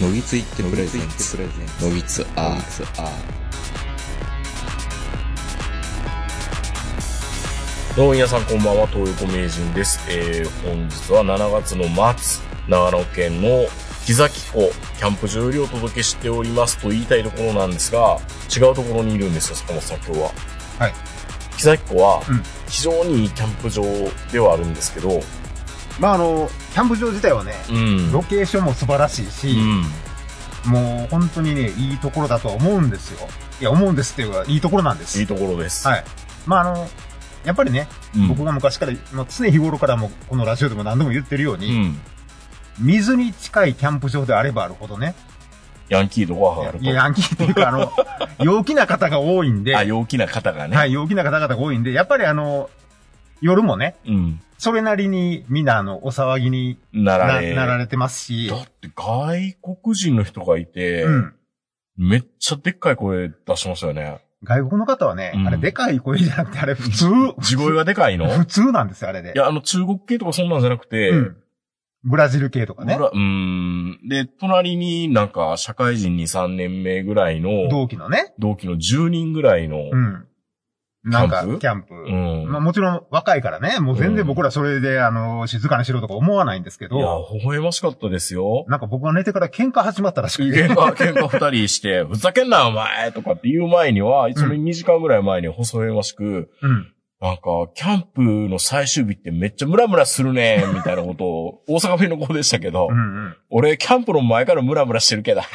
のぎついってプレゼンツのぎつアーツアどうも皆さんこんばんは、東横名人です。えー、本日は7月の末、長野県の木崎湖、キャンプ場よりお届けしておりますと言いたいところなんですが、違うところにいるんですよ、坂本さん今日は。はい。木崎湖はうん、非常にいいキャンプ場ではあるんですけど、まああの、キャンプ場自体はね、うん。ロケーションも素晴らしいし、うん。もう本当にね、いいところだとは思うんですよ。いや、思うんですっていうか、いいところなんでいすい。ところです。はい。まああの、やっぱりね、うん僕が昔から、もう常日頃からも、このラジオでも何度も言ってるよううに、ん。水に近いキャンプ場であればあるほどね、ヤンキー度が上がるいや、ヤンキーっていうか、あの、陽気な方が多いんで、と。あ、陽気な方がね。はい、陽気な方々が多いんで、やっぱりあの、夜もね、うん。それなりにみんなあの、お騒ぎにななられ。なられてますしだ、って外国人の人がいて、うん。めっちゃでっかい声出しましたよね。外国の方はね、うんあれでかい声じゃなくて、あれ普通、地声がでかい の普通なんですよ、あれで。いや、あの、中国系とかそんなんじゃなくて、うん。ブラジル系とかねほ。らうーん。で、隣になんか、社会人に3年目ぐらいの、同期のね。同期の10人ぐらいの、うん。なんか、キキャンプ。うん。まあもちろん若いからね、もう全然僕らそれで、あの、静かにしろとか思わないんですけいや、ど、微笑ましかったですよ。なんか僕が寝てから喧嘩始まったらしく喧て、嘩、喧嘩二人 して、ふざけんなお前とかって言う前には、その2時間ぐらい前に細笑ましく、うん。なんか、キャンプの最終日ってめっちゃムラムラするね、みたいなことを、大阪弁の子でしたけど、 うんうん。俺、キャンプの前からムラムラしてるけど、 はっ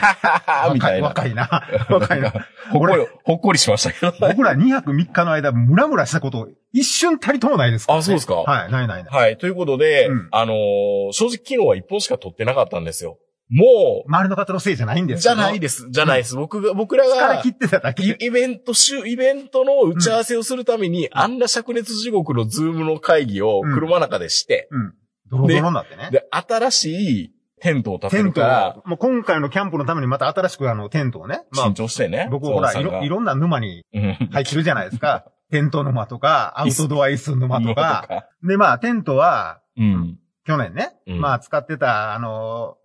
はっは、みたいな。若いな。 若 いな。ほっこ俺り、ほっこりしましたけ ど。僕ら2泊3日の間、ムラムラしたこと、一瞬たりともないですから、ね。あそうですかはい、ないないない。はい。ということで、うんあのー正直昨日は一本しか撮ってなかったんですよ。も周りの方のせいじゃないんう、ですじゃないでです。じゃないです。僕が、僕ら力が切、ってただけ。イイベント週、イベントの打ち合わせをするために、あんな灼熱地獄のズームの会議をうん車の中でして、うん。ドロドロになってね。で、新しいテントを立テてンるトからを、、もう今回のキャンプのためにまた新しくあの、テントをね。ま新あ、調してね。僕ほら、ゾいウさんがろ、いろんな沼にうん入ってるじゃないです か。テント沼とか、アウトドア椅子沼とか。。で、まあ、テントは、うん。去年ね、うんまあ、使ってた、あの、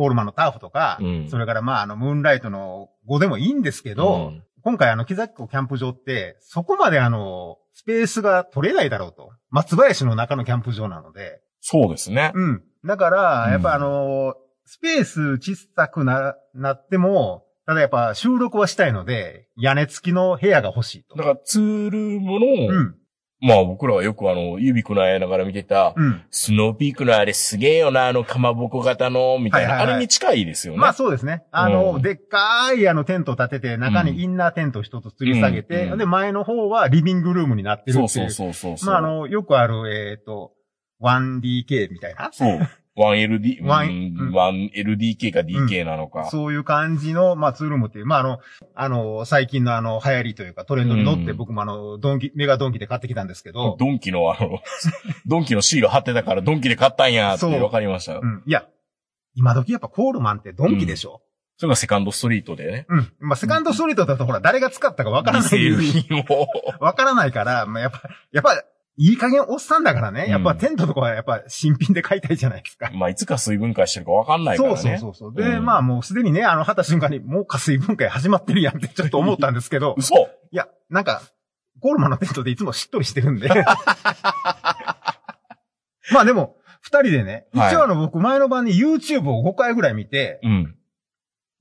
オールマンのターフとか、うんそれからまあ、あの、ムーンライトの5でもいいんですけど、うん今回あの、木崎湖キャンプ場って、そこまであの、スペースが取れないだろうと。松林の中のキャンプ場なので、そうですね。うん。だからう、んやっぱあのースペース小さくな、なっても、ただやっぱ収録はしたいので、屋根付きの部屋が欲しいと。だから、ツールームの、うん。まあ僕らはよくあの、指くなえながら見てた、うん。スノーピークのあれすげえよな、あのかまぼこ型の、みたいな、はいはいはいあれに近いですよね。まあそうですね。あの、うんでっかいあのテントを立てて、中うんにインナーテントを一つ吊り下げて、うんうんで、前の方はリビングルームになってるってい。そううそうそうそうそう。まああの、よくある、えっ、と、1DK みたいな。そう。1LD、ワンうんうん 1LDK か DK なのか。そういう感じの、まあ、ツールームっていう、まあ、あの、あの、最近のあの、流行りというか、トレンドに乗っうて、ん僕もあの、ドンキ、メガドンキで買ってきたんですけど、ドンキのあの、 ドンキのシール貼ってたからドンキで買ったんやってそう分かりました。うん。いや、今時やっぱコールマンってドンキでしょ。それがセカンドストリートでね。うん。まあ、セカンドストリートだとほら、誰が使ったかわからな 製い。品を。 わからないから、まあ、やっぱ、やっぱ、いい加減おっさんだからね。やっうぱんテントとかはやっぱ新品で買いたいじゃないですか。まあいつか水分解してるか分かんないからそうね。そうそうそう。で、うん、まあもうすでにね、あの、はた瞬間に、もう加水分解始まってるやんってちょっと思ったんですけど嘘いや、なんか、コールマンのテントでいつもしっとりしてるんで。まあでも、二人でね、一はい応あの、僕前の晩に YouTube を5回ぐらい見て、うん。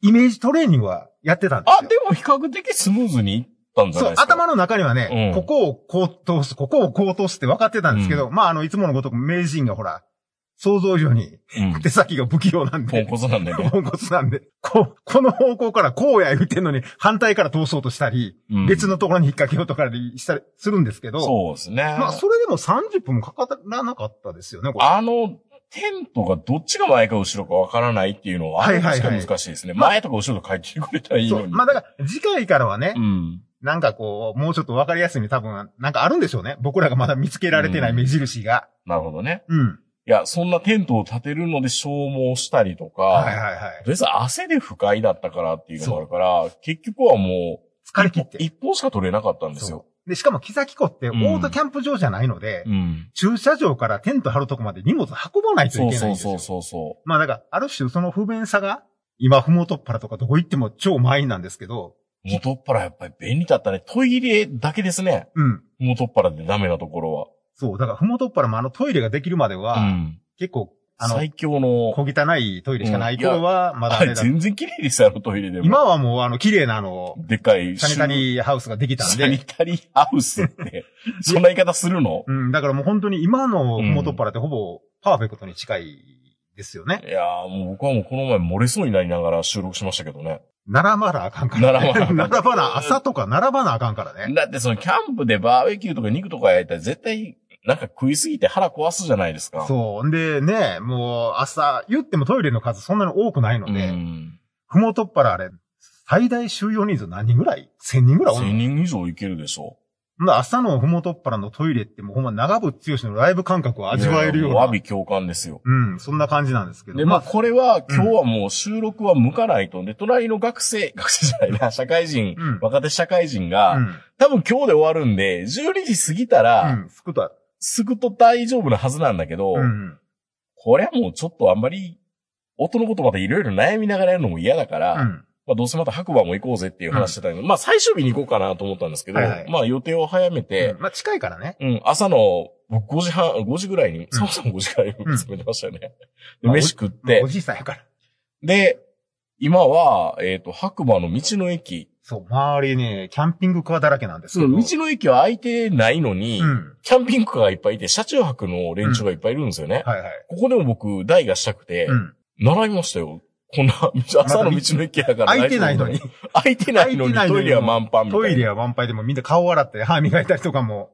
イメージトレーニングはやってたんですあ、よ。でも比較的スムーズにいったんじゃなそいうで、すか。頭の中にはね、うんここをこう通す、ここをこう通すって分かってたんですけど、まあ、あの、いつものごとく名人がほら、想像以上にうん。手先が不器用なんポンで、コツなんだよね。ポンコツなんで、こう、この方向からこうや言ってんのに、反対から通そうとしたり、うん別のところに引っ掛けようとかしたりするんですけど、そうですね。まあ、それでも30分もかからなかったですよね、これ。あの、テントがどっちが前か後ろかわからないっていうのは、あはれいはいはい確かに難しいですね。ま前とか後ろとか書いてくれたらいいそのう。に。まあ、だから、次回からはね、うん。なんかこう、もうちょっと分かりやすいに多分、なんかあるんでしょうね。僕らがまだ見つけられてない目印が。なるほどね。うん。いや、そんなテントを建てるので消耗したりとか、はいはいはとい。りあえず汗で不快だったからっていうのがあるから、結局はもう、疲れ切って。一本しか取れなかったんですよ。で、しかも木崎湖ってオうんートキャンプ場じゃないので、うん。駐車場からテント張るとこまで荷物運ばないといそうけないそうんですよ。そうそうそまあだから、ある種その不便さが今、ふもとっぱらとかどこ行っても超満員なんですけど、元っ腹やっぱり便利だったね。トイレだけですね。うん。元っ腹でダメなところそう、だからふもとっぱらもあのトイレができるまでは、は。うん。結構、あの、最強の。小汚いトイレしかなういんいや頃は、まだああれれだ。全然綺麗ですよ、あのトイレでも。今はもうあの、綺麗なあの、でかい。サニタリーハウスができたんサニで、タリーハウス って、そんな言い方するのうん、だからもう本当に今のふもとっぱらってほぼパーフェクトに近いですよね。いやー、もう僕はもうこの前漏れそうになりながら収録しましたけどね。並ばなあかんから。並ばなあかん並ばな、朝とか並ばなあかんからね。だってそのキャンプでバーベキューとか肉とか焼いたら絶対なんか食いすぎて腹壊すじゃないですか。そう。んでね、もう朝、言ってもトイレの数そんなに多くないのうで、ん。ふもとっぱらあれ、最大収容人数何人ぐらい ?1000 人ぐらいおんの1000人以上いけるでしょ。ほんなら朝のふもとっぱらのトイレってもうほんま長渕剛のライブ感覚を味わえるいやいやようもなわ。び共感ですよ。うん、そんな感じなんですけど。で、まあ、これは、うん今日はもう収録は向かないと。で、隣の学生、学生じゃないな、社会人、うん若手社会人が、うん。多分今日で終わるんで、12時過ぎたら、うん、スクーター。すぐと大丈夫なはずなんだけど、うん。これはもうちょっとあんまり、音のことまたいろいろ悩みながらやるのも嫌だから、うん。まあどうせまた白馬も行こうぜっていう話してたけど、まあ最終日に行こうかなと思ったんですけど、はいはいまあ予定を早めて、まあ近いからね。うん、朝の僕5時半、5時ぐらいに、んそもそも5時ぐらいにうん詰めてましたよね。まあで、飯食っまあてお、じいさんやから。で、今は、えっ、と、白馬の道の駅。そう、周りね、キャンピングカーだらけなんですそけど。の道の駅は空いてないのに、うん。キャンピングカーがいっぱいいて、車中泊の連中がいっぱいいるんですよね。はいはい。ここでも僕、台がしたくて、うん。習いましたよ。こ んな、朝の道の駅やから。空いてないのに。。空いてないのに、空いてないのトにイレは満帆みたいな。トイレやワンパイでもみんな顔洗って歯磨いたりとかも。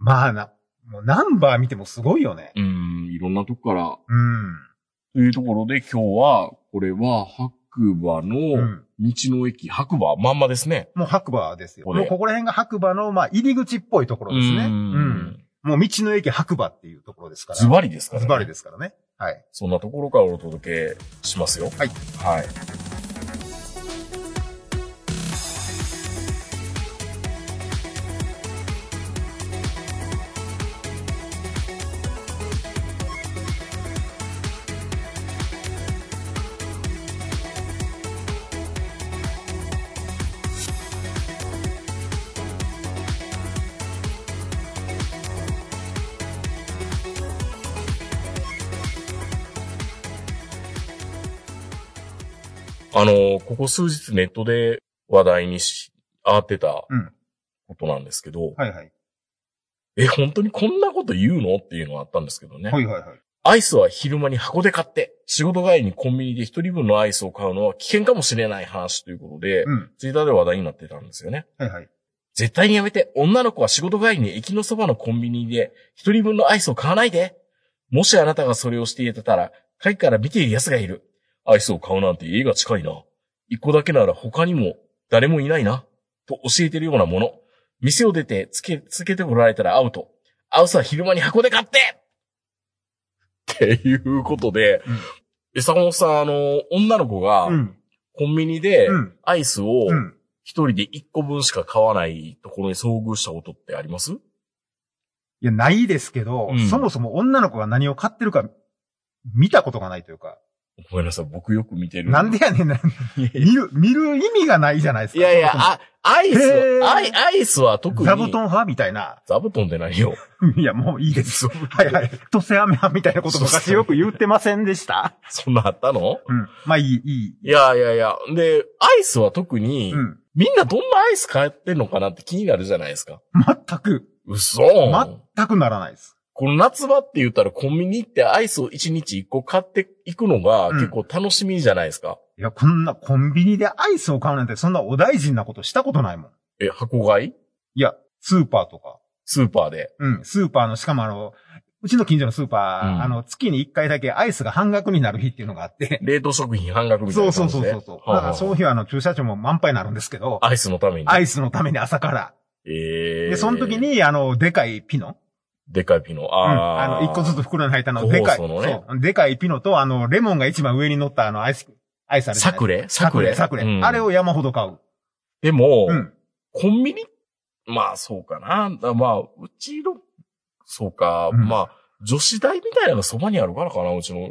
まあな、もうナンバー見てもすごいよね。うん、いろんなとこから。うん。というところで今日は、これは白馬うのん。道の駅、白馬まんまですね。もう白馬ですよ。ここでもうここら辺が白馬の、まあ、入り口っぽいところですね。うんうん。もう道の駅白馬っていうところですから。ズバリですから、ね。ズバリですからね。はい。そんなところからお届けしますよ。はい。はい。あの、ここ数日ネットで話題にし、あってたうんことなんですけど、はいはい。え、本当にこんなこと言うのっていうのがあったんですけどね。はいはいはい。アイスは昼間に箱で買って、仕事帰りにコンビニで一人分のアイスを買うのは危険かもしれない話ということで、うん。ツイッターで話題になってたんですよね。はいはい。絶対にやめて、女の子は仕事帰りに駅のそばのコンビニで一人分のアイスを買わないで。もしあなたがそれをしていたら、会から見ている奴がいる。アイスを買うなんて家が近いな。一個だけなら他にも誰もいないな。と教えてるようなもの。店を出てつけ、つけてこられたらアウト。アウスは昼間に箱で買ってっていうことでうん、え、坂本さん、あの、女の子がうん。コンビニでうん。アイスをうん。一人で一個分しか買わないところに遭遇したことってありますいや、ないですけど、うんそもそも女の子が何を買ってるか、見たことがないというか。ごめんなさい、僕よく見てる。なんでやねんな。見る、見る意味がないじゃないですか。いやいや、そもそも あ、アイスへーは、アイアイスは特に。座布団。派みたいな。座布団でないよ。いや、もういいです。はいはい。とせあめ派みたいなこと昔よく言ってませんでした。そんなあったのうん。まあいい、いいやいやいや。で、アイスは特い。に、うん。みんなどんなアイス買ってんのかなって気になるじゃないですか。全く、嘘、全くならないです。この夏場って言ったらコンビニ行ってアイスを1日1個買っていくのがうん結構楽しみじゃないですか。いや、こんなコンビニでアイスを買うなんて、そんなお大臣なことしたことないもん。え、箱買いいや、スーパーとか。スーパーで。うん、スーパーの、しかもあの、うちの近所のスーパー、うんあの、月に一回だけアイスが半額になる日っていうのがあって、冷凍食品半額みたいそうなそ感うじそで。うそうそう。はだあかはあらその日はあの、駐車場も満杯になるんですけど、アイスのために。アイスのために朝から。ええで、その時。に、あの、でかいピノ。でかいピノ。うん。あああ、の、一個ずつ袋に入ったの、でかい。個包装のねそう。でかいピノと、あの、レモンが一番上に乗ったあの、アイス、アイスあるじサゃないクレサクレサクレ。うんあれを山ほど買う。でも、うん。コンビニまあ、そうかな。だまあ、うちの、そうか、うんまあ、女子大みたいなのがそばにあるからかな、うちの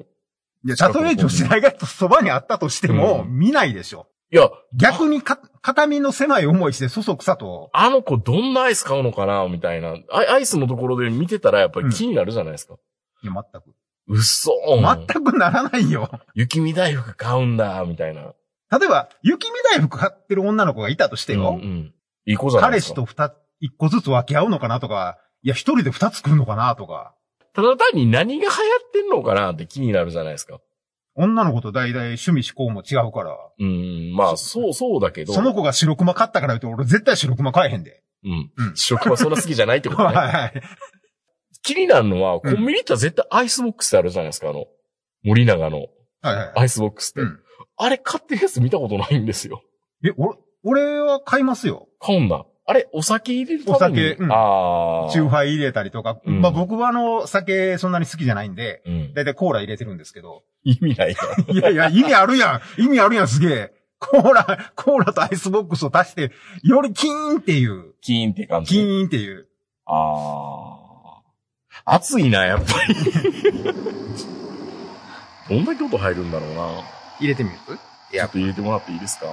いや、チャットレイジの時代がそばにあったとしても、う見ないでしょ。いや、逆にか、片身の狭い思いして、そそくさと、あの子どんなアイス買うのかなみたいな。アイアイスのところで見てたらやっぱり気になるじゃないですか。いや、全く。うっそー。全くならないよ。雪見大福買うんだ、みたいな。例えば、雪見大福買ってる女の子がいたとしてうんよう、ん。いい子じゃないで彼す氏か。と二つ、一個ずつ分け合うのかなとか、いや、一人で二つ食うのかなとか、ただ単に何が流行ってんのかなって気になるじゃないですか。女の子と大体趣味思考も違うから、うん、まあ、そう、そうだけど。その子が白熊買ったから言うと、俺絶対白熊買えへんで。うんうん。食はそんな好きじゃないってこと はいね。はい。気になるのは、コンビニ行ったら絶対アイスボックスってあるじゃないですか、あの、森永のはいはアい。イスボックスって。うんあれ買ってるやつ見たことないんですよ。え、俺、俺は買いますよ。買うんだ。あれ、お酒入れるためにお酒うんああ。チューハイ入れたりとか、うんまあ僕はあの、酒そんなに好きじゃないんで、うん。だいたいコーラ入れてるんですけ ど。意味ないから。 いやいや、意味あるやん意味あるやんすげえコーラ、コーラとアイスボックスを足して、よりキーンっていう、キーンって感じ。キーンっていう。ああ。暑いな、やっぱり。 どんだけ音入るんだろうな。入れてみるちょっと入れてもらっていいですか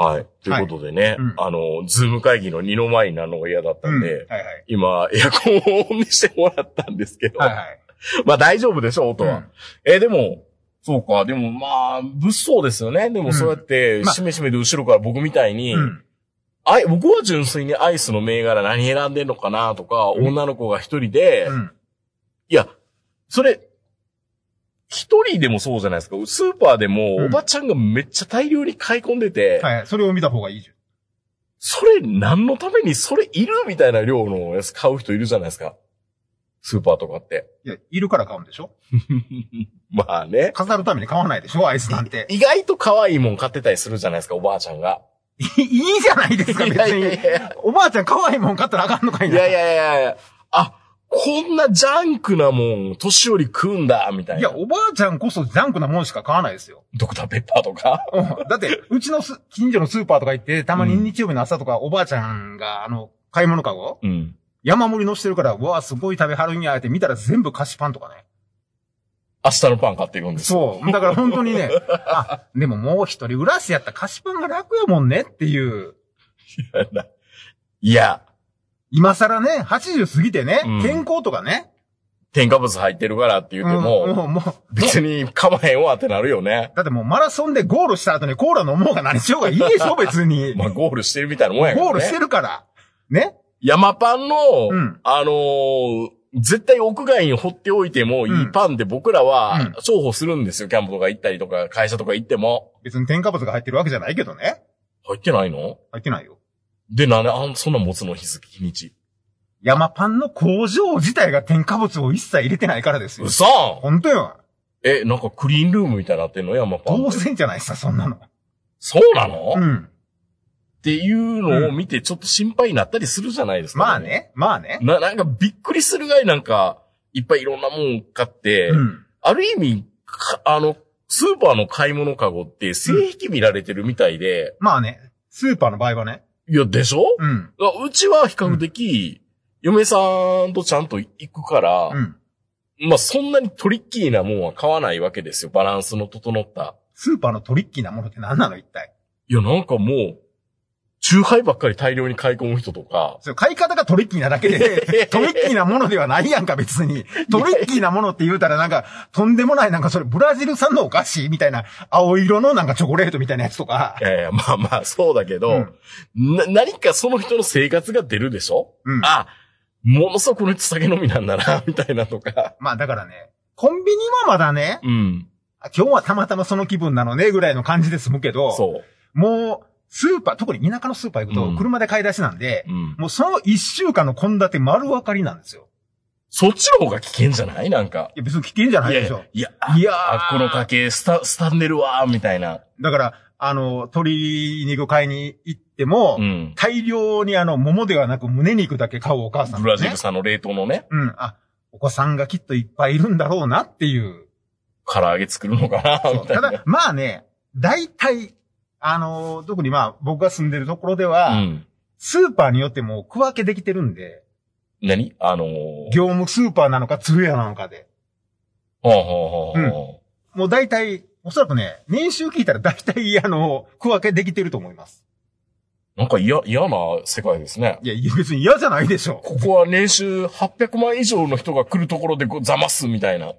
はい。ということでね、うんあの、ズーム会議の二の前になるのが嫌だったうんん。はいで、はい。今、エアコンをオンに してもらったんですけど、はいはい。まあ大丈夫でしょ、音は。うんえーでも、そうか、でもまあ、物騒ですよね。でうもんそうやって、まあしめしめで後ろから僕みたいに、うん。あい僕は純粋にアイスの銘柄何選んでんのかなとか、うん女の子が一人で、うん。いや、それ、一人でもそうじゃないですか。スーパーでも、うんおばちゃんがめっちゃ大量に買い込んでて、はいはい。それを見た方がいいじそれ何のためにそれいるみたいな量のやつ買う人いるじゃないですか。スーパーとかって。ゃん。いや、いるから買うんでしょまあね。飾るために買わないでしょアイスなんて。意外と可愛いもん買ってたりするじゃないですか、おばあちゃんが。いいいじゃないです か、別に。やおばあちゃん可愛いもん買ったらあかんのかいいな。やいやいやいや。あ、こんなジャンクなもん、年寄り食うんだ、みたいいや、な。おばあちゃんこそジャンクなもんしか買わないですよ。ドクターペッパーとか。うんだって、うちのす近所のスーパーとか行って、たまにうん日曜日の朝とか、おばあちゃんが、あの、買い物かごうん。山盛り乗してるから、うわあ、すごい食べはるんや、って見たら全部菓子パンとかね。明日のパン買っていくんです。そう。だから本当にね、あ、でももう一人浦安やったら菓子パンが楽やもんねっていう。いや、今更ね、80過ぎてね、うん健康とかね。添加物入ってるからって言ってうんも、もう、もう、別に噛まへんわってなるよね。だってもうマラソンでゴールした後にコーラ飲もうが何しようがいいでしょ、別 に。まあ、ゴールしてるみたいなもんやからね。ゴールしてるから。ね山パンの、うんあのー絶対屋外に放っておいてもいいパンで僕らうはん重宝するんですよ。キャンプとか行ったりとか、会社とか行っても。別に添加物が入ってるわけじゃないけどね。入ってないの入ってないよ。で、なんで、あん、そんなん持つの日付、日にち。山パンの工場自体が添加物を一切入れてないからですよう。そ本当よ。え、なんかクリーンルームみたいになってんの山パン当って。然じゃないですか、そんなの。そうなの、うっん。ていうのを見てちょっと心配になったりするじゃないですか、まあ。ね、まあね。な、なんかびっくりするぐらいなんか、いっぱいいろんなもん買って、うん。ある意味、かあの、スーパーの買い物カゴって性癖見られてるみたいで、まあね、スーパーの場合はね。いや、でしょ、うん。ううちは比較的、嫁さんとちゃんと行くから、うん。まあそんなにトリッキーなもんは買わないわけですよ。バランスの整った。スーパーのトリッキーなものって何なの一体。いや、なんかもう、チューハイばっかり大量に買い込む人とか、それ買い方がトリッキーなだけ で、トリッキーなものではないやんか、別に。トリッキーなものって言うたらなんか、とんでもない、なんかそれブラジル産のお菓子みたいな、青色のなんかチョコレートみたいなやつとかい。やいや、まあまあ、そうだけど、うんな、何かその人の生活が出るでしょ、うん。あ、ものすごくこの人酒飲みなんだな、 みたいなとか。まあだからね、コンビニはまだね、うん。あ今日はたまたまその気分なのね、ぐらいの感じで済むけど、そもう、スーパー、特に田舎のスーパー行くうとん、車で買い出しなんでう。、うん。もうその一週間の献立丸分かりなんですよ。そっちの方が危険じゃないなんか。いや、別に危険じゃないでしょ。いや、いやあ、ーこの家系、スタ、スタンでるわー、みたいな。だから、あの、鶏肉買いに行っても、うん。大量にあの、桃ではなく胸肉だけ買うお母さん、ね。ブラジル産の冷凍のね、うん。あ、お子さんがきっといっぱいいるんだろうなっていう。唐揚げ作るのかな、 みたいたな。だ、まあね、大体、あのー特にまあ、僕が住んでるところでうは、ん。スーパーによってもう区分けできてるんで、何あのー、業務スーパーなのか、鶴屋なのかで。ほうほうほうほもう大体、おそらくね、年収聞いたら大体、あの、区分けできてると思います。うなんか嫌、嫌な世界ですね。いや、いや別に嫌じゃないでしょここは年収800万以上の人が来るところでこうざますみたいな。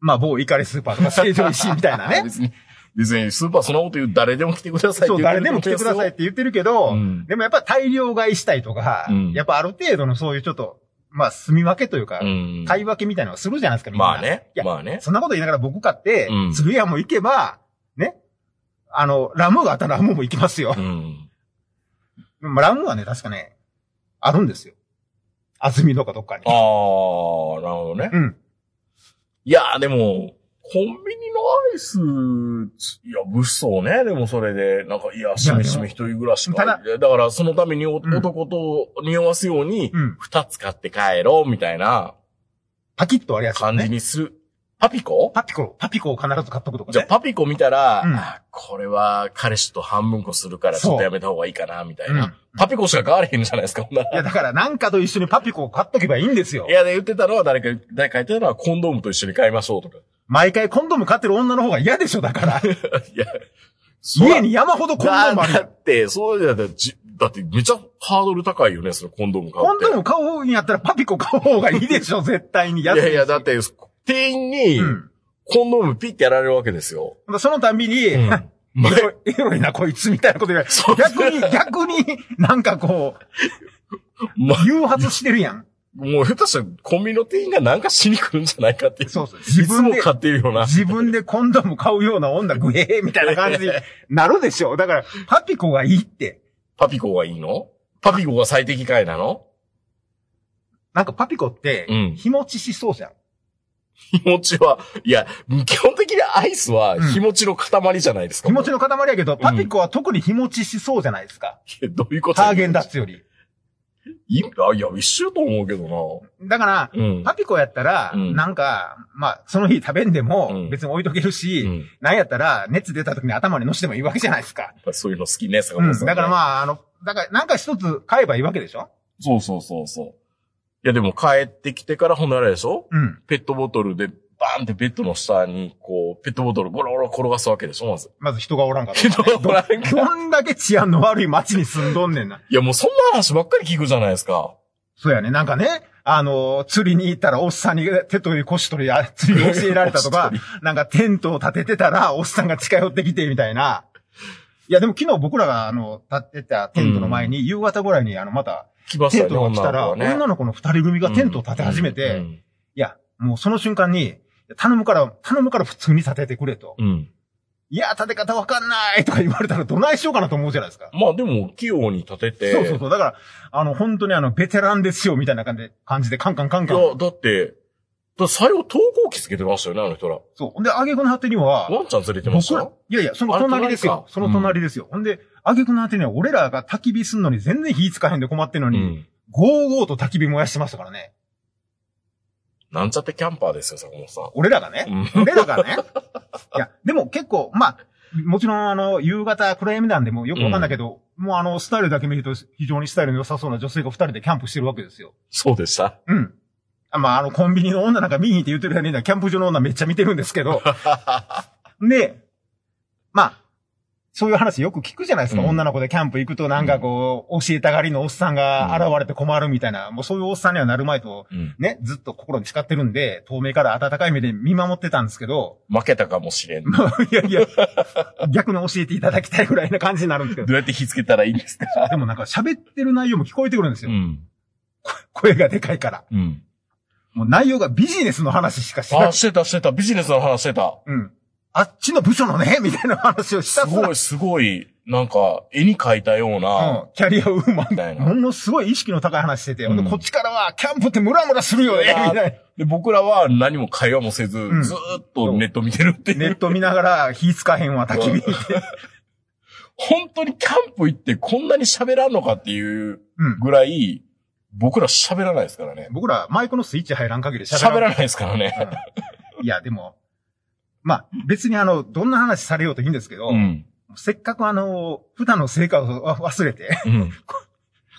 まあ、某イカレスーパーとか、成城石井みたい なね。別に、別にスーパーそんなこと言う誰でも来てくださいって言そっう、て誰でも来てくださいっ。て言ってるけど、うんでもやっぱ大量買いしたいとか、うんやっぱある程度のそういうちょっと、まあ、住み分けというか、うん。 買い分けみたいなのをするじゃないですか、みんな。まあねいや、。まあね。そんなこと言いながら僕買って、うん鶴屋も行けば、ね、あの、ラムがあったらラムも行きますよう。ん。まあラムはね、確かね、あるんですよ。安住とかどっかにあ。ー、なるほどね。うん。いやーでも、コンビニのアイス、いや、物騒ね。でもそれで、なんか、いや、しめしめ一人暮らしか。ただいやだから、そのためにおうん男と匂わすようにうん、二つ買って帰ろう、みたいなパキッとありやすい、感じね。にする。パピコパピコ、パピコを必ず買っとくとかじゃあ、ね。パピコ見たら、うんあこれは彼氏と半分こするからちょっとやめた方がいいかな、みたいうんな。パピコしか買われへんじゃないですか、ほんならいや、だからなんかと一緒にパピコを買っとけばいいんですよ い。や、で、言ってたのは誰か、誰か言ってたのはコンドームと一緒に買いましょうとか。毎回コンドーム買ってる女の方が嫌でしょ、だから。 いや、家に山ほどコンドームあだだる。って、そうじゃだじだってめちゃハードル高いよね、そのコンドーム買うコっンて。ドーム買う方にやったらパピコ買う方がいいでしょ、絶対に。安いやいや、しだっ。て、店員にうん。コンドームピッてやられるわけですよ。そのたんびに、うん。エロいエロいな、こいつ、みたいなこと言われそう逆に、逆に、なんかこまう、誘発してるやん。もう下手したらコンビニの店員がなんかしに来るんじゃないかっていう。そうそう。い自つ分もで、買ってるよな。自分でコンドーム買うような女、グエーみたいな感じになるでしょ。だから、パピコがいいって。パピコがいいのパピコが最適解なのなんかパピコってうん、日持ちしそうじゃん。日持ちは、いや、基本的にアイスはうん日持ちの塊じゃないですか。日持ちの塊やけど、パピコは特に日持ちしそうじゃないですか。ち。 どういうことハーゲンダッツより。いあいや、一緒やと思うけどだから、な。うん。パピコやったら、うんなんか、まあ、その日食べんでうんも、別に置いとけるうし、んなんやったら、熱出た時に頭に乗せてもいいわけじゃないですか。そういうの好きね、坂うん本さんね、だからまあ、あの、だから、なんか一つ買えばいいわけでしょそうそうそうそう。いや、でも帰ってきてからほんならあれでしょうん。ペットボトルで、バーンってベッドの下に、こう、ペットボトルゴロゴロ転がすわけでしょま ず。まず人がおらんかったけど、ほらなんかどんだけ治安の悪い街に住んどんねんな。 いや、もうそんな話ばっかり聞くじゃないですか。そうやね。なんかね、あの、釣りに行ったらおっさんに手と腰取り、あ釣りを教えられたと か腰取、なんかテントを立ててたらおっさんが近寄ってきてみたいな。いや、でも昨日僕らがあの、立ってたテントの前に、夕方ぐらいにあの、また、来ましテたンよね、トが来たら、女の子はね女の子の二人組がテントを立て始めて、い、や、もうその瞬間に、頼むから、頼むから普通に立ててくれと。うんうんうんいや、立て方わかんないとか言われたらどないしようかなと思うじゃないですか。まあでも、器用に立てて。そうそうそう。だから、あの、本当にあの、ベテランですよ、みたいな感じで、感じで、カンカンカンカいン。や、だって、だ最後投稿機つけてましたよね、あの人ら。そう。ほんで、挙句の果てには、ワンちゃん連れてまし僕たらよ、いやいや、その隣ですよあ。そ隣かの隣ですよ。ほんで、挙句の果てには、俺らが焚き火すんのに全然火つかへんで困ってんのうに、ん。ゴーゴーと焚き火燃やしてましたからね。なんちゃってキャンパーですよ、坂本さん。俺らがね。うん 俺らがね。いや、でも結構、まあ、もちろん、あの、夕方暗闇なんでもうよくわかんないけど、もうあの、スタイルだけ見ると非常にスタイルの良さそうな女性が二人でキャンプしてるわけですよ。そうでした。うん。あまあ、あの、コンビニの女なんか見に行って言ってるやねんだキャンプ場の女めっちゃ見てるんですけ ど。で、まあ、そういう話よく聞くじゃないですか。うん女の子でキャンプ行くとなんかこう、教えたがりのおっさんが現れて困るみたいな、もうそういうおっさんにはなるまいと、 うん。ね、ずっと心に誓ってるんで、透明から温かい目で見守ってたんですけど、負けたかもしれん。どまあいや いや、逆に教えていただきたいぐらいな感じになるんですけどう、やって火つけたらいいんですかでもなんか喋ってる内容も聞こえてくるんですよ。ん。声がでかいから。うん。もう内容がビジネスの話しかしてなあ、くてしてたしてた。ビジネスの話してた。うん。あっちの部署のね、 みたいな話をしすたごい、すごい、なんか、絵に描いたような、うん、キャリアウーマンみたいもな。のすごい意識の高い話してて、ほんでうんこっちからは、キャンプってムラムラするよね、みたいな。で、僕らは何も会話もせず、んずーっとネット見てるっていう。ネット見ながら、火つかへんわ、焚き火って。本当にキャンプ行ってこんなに喋らんのかっていううん。ぐらい、僕ら喋らないですからね。僕ら、マイクのスイッチ入らん限り喋らん。ないですからね。うんいや、でも、まあ、別にあの、どんな話されようといいんですけど、うん。せっかくあの、普段の成果を忘れて、うん。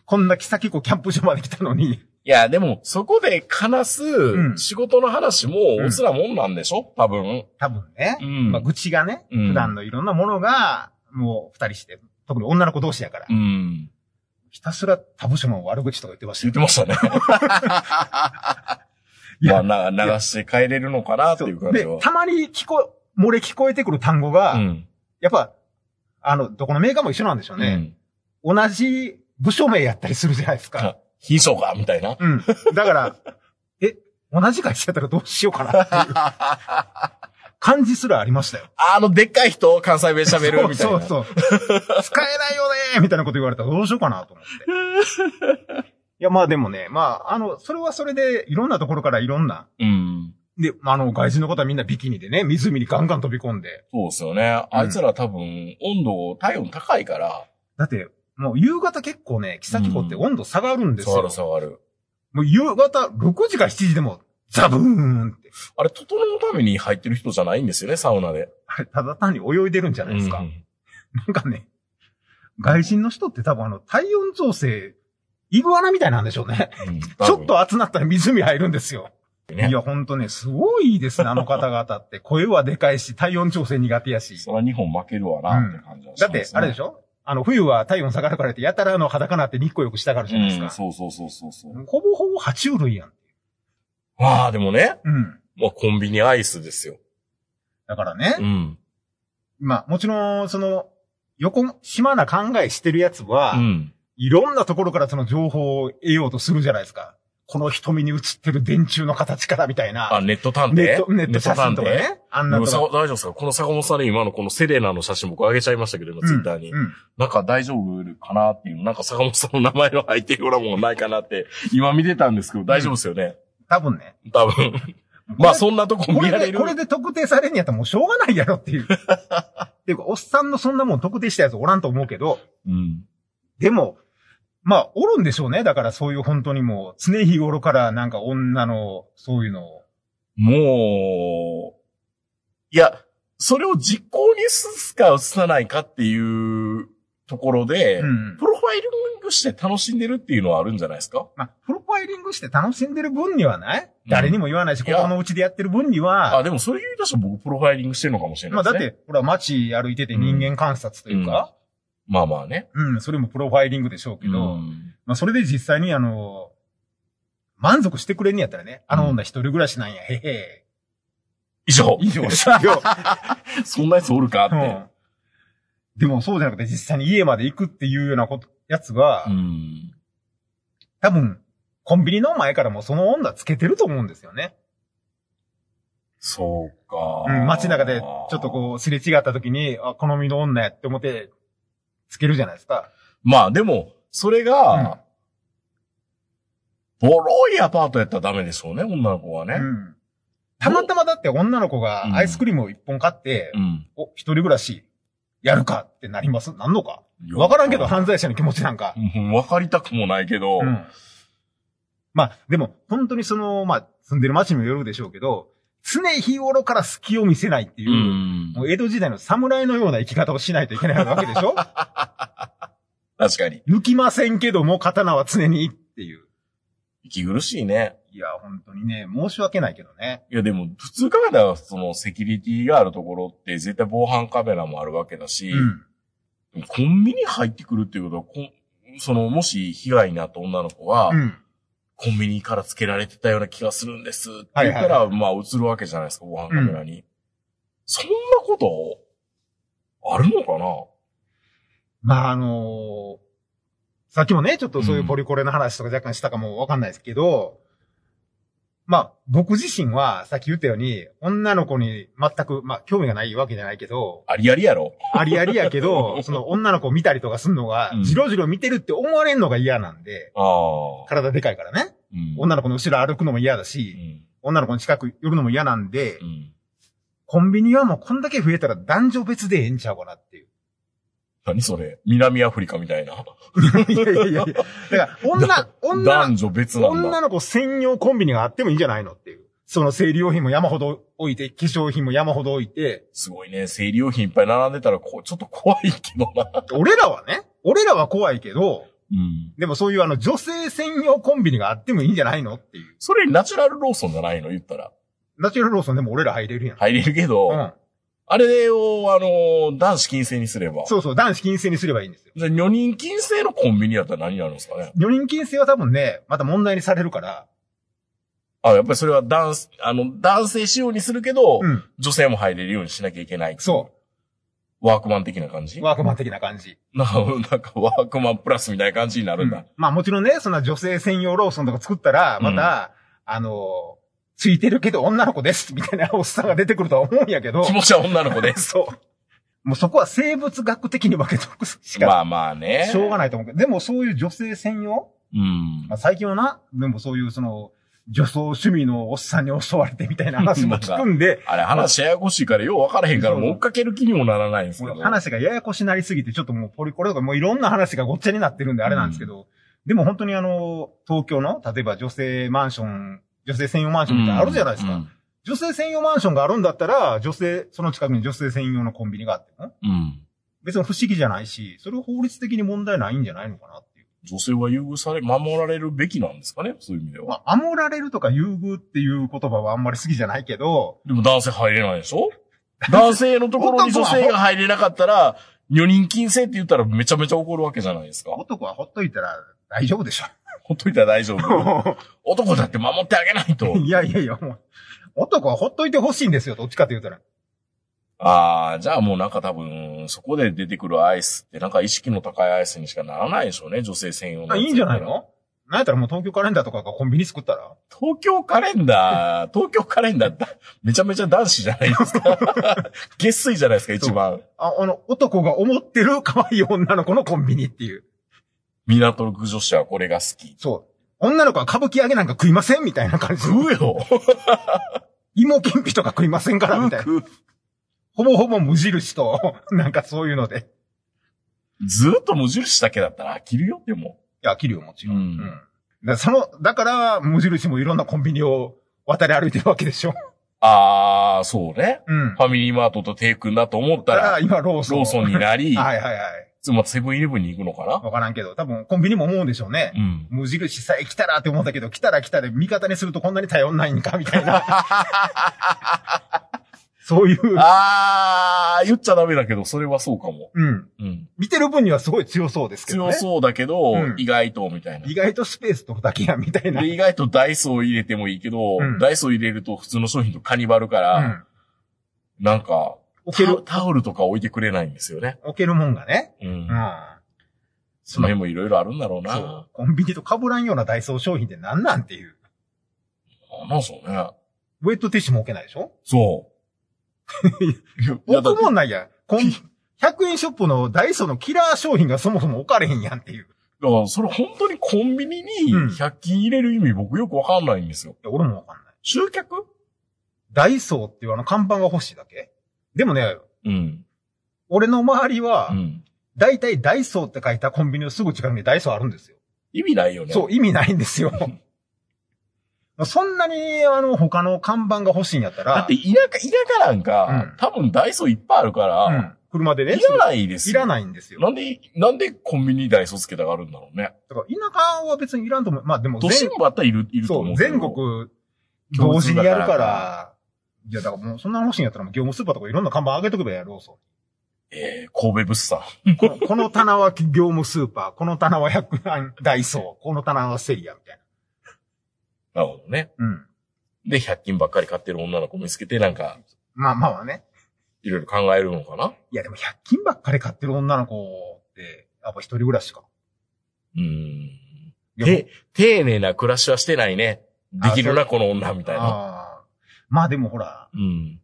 こんな木先こうキャンプ場まで来たのに、いや、でも、そこで話すん仕事の話も、おつらもんなんでしょ多分。多分ね、うんまあ、愚痴がね、うん普段のいろんなものが、もう二人して、特に女の子同士やから、うん。ひたすら他部署の悪口とか言ってました言っよ。てましたね。 いまあ、やな、流して帰れるのかなっていう感じでは、。たまに聞こ、漏れ聞こえてくる単語が、うん。やっぱ、あの、どこのメーカーも一緒なんでしょううね。ん。同じ部署名やったりするじゃないですか。あ秘書かみたいな。うん。だから、 え、同じ会社やったらどうしようかなっていう感じすらありましたよ。あの、でっかい人、関西弁喋るみたいそうな。そ うそう。使えないよねーみたいなこと言われたらどうしようかなと思って。いや、まあでもね、まあ、あの、それはそれで、いろんなところからいろんな、うん。で、まああの、外人の方はみんなビキニでね、湖にガンガン飛び込んで、そうですよね。あいつら多分、温度、体温高いから、だって、もう夕方結構ね、木崎湖って温度下がるんですよ。触る触る。もう夕方6時から7時でも、ザブーンって。あれ、整うために入ってる人じゃないんですよね、サウナで。あれ、ただ単に泳いでるんじゃないですか。うんなんかね、外人の人って多分あの、体温調整、イグアナみたいなんでしょうね。うん多分ちょっと暑なったら湖入るんですよ。ねいや、ほんとね、すごいですね、あの方々って。 声はでかいし、体温調整苦手やし。そら日本負けるわな、って感じはしだまっすねて、あれでしょあの、冬は体温下がるからって、やたらあの裸になって日光よくしたがるじゃないですうん、か。そうそうそうそうそう。ほぼほぼ爬虫類やん。まあ、でもね、うん。まあ、コンビニアイスですよ。だからね、うん。まあ、もちろん、その、横島な考えしてるやつは、うん。いろんなところからその情報を得ようとするじゃないですか。この瞳に映ってる電柱の形からみたいな。あ、ネット探偵ネット、ネット写真とかネット探偵ね。あんでなもとさか。大丈夫ですかこの坂本さんね、今のこのセレナの写真僕上げちゃいましたけど、今ツイッターに。うんうんなんか大丈夫かなっていう、なんか坂本さんの名前の入ってるようなものないかなって、今見てたんですけど、大丈夫ですよね。多分ね。多分。まあそんなとここ見れられで、る。これで特定されんやったらもうしょうがないやろっ ていう。っていうか、おっさんのそんなもん特定したやつおらんと思うけど、うん。でも、まあ、おるんでしょうね。だからそういう本当にもう、常日頃からなんか女の、そういうのを。もう、いや、それを実行に移すか移さないかっていうところで、うんプ。ロファイリングして楽しんでるっていうのはあるんじゃないですかまあ、プロファイリングして楽しんでる分にはないうん誰にも言わないし、いや心の内でやってる分にあ、は、でもそれ言い出したら僕プロファイリングしてるのかもしれなまあいでだすっね。て、ほら街歩いてて人間観察というか、まあまあね。うん、それもプロファイリングでしょうけど、うんまあそれで実際にあの、満足してくれんやったらね、あの女一人暮らしなんや、へへ、以上。以上、終了。 そんなやつおるかっうて。ん。でもそうじゃなくて実際に家まで行くっていうようなこと、やつは、うん。多分、コンビニの前からもその女つけてると思うんですよね。そうか。うん、街中でちょっとこう、すれ違った時に、あ、好みの女やって思って、つけるじゃないですか。まあでも、それが、ボロいアパートやったらダメでしょうね、女の子はうね。ん。たまたまだって女の子うんがアイスクリームを一本買って、うん。お、一人暮らし、やるかってなりますなんのかいやわからんけど、犯罪者の気持ちなんか。うんわかりたくもないけど、うん。まあ、でも、本当にその、まあ、住んでる街にもよるでしょうけど、常日頃から隙を見せないっていうう、んもう江戸時代の侍のような生き方をしないといけないわけでし ょ確かに。抜きませんけども、刀は常にっていう。息苦しいね。いや、本当にね、申し訳ないけどね。いやでも、普通考えたら、その、セキュリティがあるところって、絶対防犯カメラもあるわけだし、うん。コンビニ入ってくるっていうことはこん、その、もし被害になった女の子は、うん。コンビニからつけられてたような気がするんですって言ったら、まあ映るわけじゃないですか、防犯カメラに。そんなこと、あるのかなまあ、あのーさっきもね、ちょっとそういうポリコレの話とか若干したかもわかんないですけど、まあ、僕自身は、さっき言ったように、女の子に全く、まあ、興味がないわけじゃないけど、ありありやろ。ありありや けど、その女の子を見たりとかするのがうん、じろじろ見てるって思われるのが嫌なんで、ああ。体でかいからね。うん。女の子の後ろ歩くのも嫌だうし、ん。女の子の近く寄るのも嫌なんでう、ん。コンビニはもうこんだけ増えたら男女別でええんちゃうかなっ ていう。何それ南アフリカみたいな。いやいやいやいや。だから、女、女、男女別なんだ。女の子専用コンビニがあってもいいんじゃないのっていう。その生理用品も山ほど置いて、化粧品も山ほど置いて、すごいね。生理用品いっぱい並んでたら、こう、ちょっと怖いけどな。俺らはね、俺らは怖いけど、うん。でも そういうあの女性専用コンビニがあってもいいんじゃないのっていう。それナチュラルローソンじゃないの言ったら。ナチュラルローソンでも俺ら入れるやん。入れるけど、うん。あれを、あのー男子禁制にすれば。そうそう、男子禁制にすればいいんですよ。じゃあ、女人禁制のコンビニやったら何になるんですかね女人禁制は多分ね、また問題にされるから、あ、やっぱりそれは男子、あの、男性仕様にするけど、うん。女性も入れるようにしなきゃいけない。。そうワークマン的な感じう、ワークマン的な感じ。 なんか、なんかワークマンプラスみたいな感じになるんだ。うんまあもちろんね、そんな女性専用ローソンとか作ったら、また、あの、ついてるけど女の子です、みたいなおっさんが出てくるとは思うんやけど気、持ちは女の子で す。そう。もうそこは生物学的に分けとくしか、まあまあね。しょうがないと思うけど、でもそういう女性専用うんまあ、。最近はな、でもそういうその、女装趣味のおっさんに襲われてみたいな話も聞くんで、あれ話ややこしいからよう分からへんからそうもう追っかける気にもならないんですけもど。う話がややこしなりすぎて、ちょっともうポリコレとかもういろんな話がごっちゃになってるんであれなんですけど、でも本当にあの、東京の、例えば女性マンション、女性専用マンションみたいなのあるじゃないですか。うん。女性専用マンションがあるんだったら、女性、その近くに女性専用のコンビニがあっても、うん別に不思議じゃないし、それは法律的に問題ないんじゃないのかなっていう。女性は優遇され、守られるべきなんですかねそういう意味では。まあ、守られるとか優遇っていう言葉はあんまり好きじゃないけど、でも男性入れないでしょ男性のところに女性が入れなかったら、女人禁制って言ったらめちゃめちゃ怒るわけじゃないですか。男はほっといたら大丈 夫でしょ。ほっといたら大丈 夫。男だって守ってあげないと。いやいやいや、もう、男はほっといてほしいんですよ、どっちかと言うたら。ああ、じゃあもうなんか多分、そこで出てくるアイスってなんか意識の高いアイスにしかならないでしょうね、女性専用のあやついいんじゃないのなんやったらもう東京カレンダーとかがコンビニ作ったら東京カレンダー、 東京カレンダーだ、めちゃめちゃ男子じゃないですか。 月水じゃないですか、一番。あ、あの、男が思ってる 可愛い女の子のコンビニっていう。港の女子はこれが好き。そう。女の子は歌舞伎揚げなんか食いませんみたいな感じ。食うよ芋けんぴとか食いませんからみたいな。食う食ほぼほぼ無印と、 なんかそういうので。うずーっと無印だけだったら飽きるよ、でも。いや、切るよ、もちろん。うんだからその、だから、無印もいろんなコンビニを渡り歩いてるわけでしょ。ああ、そうね。うん。ファミリーマートとテイ君だと思っただからら、今ローソン。ローソンになり、 はいはいはい。つまりセブンイレブンに行くのかなわからんけど、多分コンビニも思うんでしょうね。うん。 無印さえ来たらって思ったけど、来たら来たで味方にするとこんなに頼んないんか、みたいな。 そういう、あー、言っちゃダメだけど、それはそうかも。うん。うん。見てる分にはすごい強そうですけど強ね。そうだけど、うん意外と、みたいな意。外とスペースとだけや、みたいな。 で、意外とダイソーを入れてもいいけど、うんダイソー入れると普通の商品とカニバルかうら、ん。なんか、置ける、タタオルとか置いてくれないんですよね。置けるもんがね。うん。うん。その辺もいろいろあるんだろうな。そう。コンビニと被らんようなダイソー商品って何なんていう。あなんすかね。ウェットティッシュも置けないでしょ そう。いや、いやだって置くもんないや。 コン100円ショップのダイソーのキラー商品がそもそも置かれへんやんっていう。いだから、それ本当にコンビニにうん100均入れる意味僕よくわかんないんですよ。や俺もわかんない。集客ダイソーっていうあの看板が欲しいだけでもね、うん。俺の周りはう、ん。だいたいダイソーって書いたコンビニのすぐ近くにダイソーあるんですよ。意味ないよね。そう、意味ないんで すよ。もうそんなに、あの、他の看板が欲しいんやったら、だって、田舎、田舎なんか、うん多分ダイソーいっぱいあるから、うん、車でね、いらないですいよ。らないんですよ。なんで、なんでコンビニにダイソーつけたがあるんだろうね。だから田舎は別にいらんと思う。まあでも都心部あったらいる、いるとそ思うう、けど。全国、同時にやる共通だか、からいや、だからもう、そんな欲しいんやったら、もう業務スーパーとかいろんな看板上げとけばやろうそえー、神戸物産。う。このこの棚は業務スーパー、この棚は100円ダイソー、この棚はセリアみたいなるほどね。な。うん。で、100均ばっかり買ってる女の子見つけて、なんか、まあまあまあね。いろいろ考えるのかないや、でも100均ばっかり買ってる女の子って、やっぱ一人暮らしか。うーん。いやで、丁寧な暮らしはしてないね。できるな、この女、みたいな。ああまあでもほら、うん。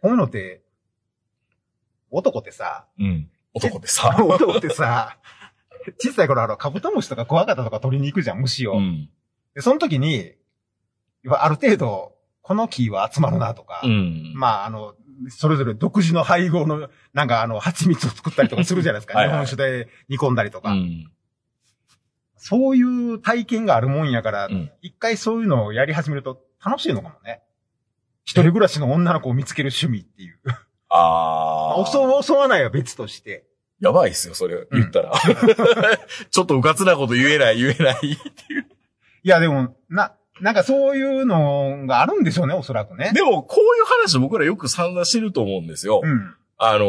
こういうのって、男ってさ、うん。男でさ。男ってさ、 小さい頃あの、カブトムシとかクワガタとか取りに行くじゃん、虫を。うん。で、その時に、やっぱある程度、この木は集まるなとか、うん。まああの、それぞれ独自の配合の、なんかあの、蜂蜜を作ったりとかするじゃないですか。はいはい日本酒で煮込んだりとか。うん。そういう体験があるもんやから、うん一回そういうのをやり始めると楽しいのかもね。一人暮らしの女の子を見つける趣味っていう。あ 襲ー。う、襲わないは別として。やばいっすよ、それ、言ったら。 ちょっとうかつなこと言えない、言えない。いや、でも、な、なんかそういうのがあるんでしょうね、おそら くね。でも、こういう話僕らよく散々してると思うんですよ。うん。あのー